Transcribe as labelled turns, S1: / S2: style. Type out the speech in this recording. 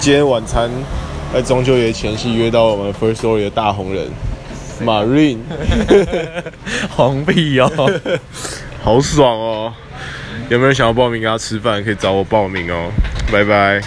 S1: 今天晚餐呃在中秋节前夕约到我们 First Story 的大红人 Marine，
S2: 红屁哦！
S1: 好爽哦！有没有想要报名跟他吃饭？可以找我报名哦，拜拜。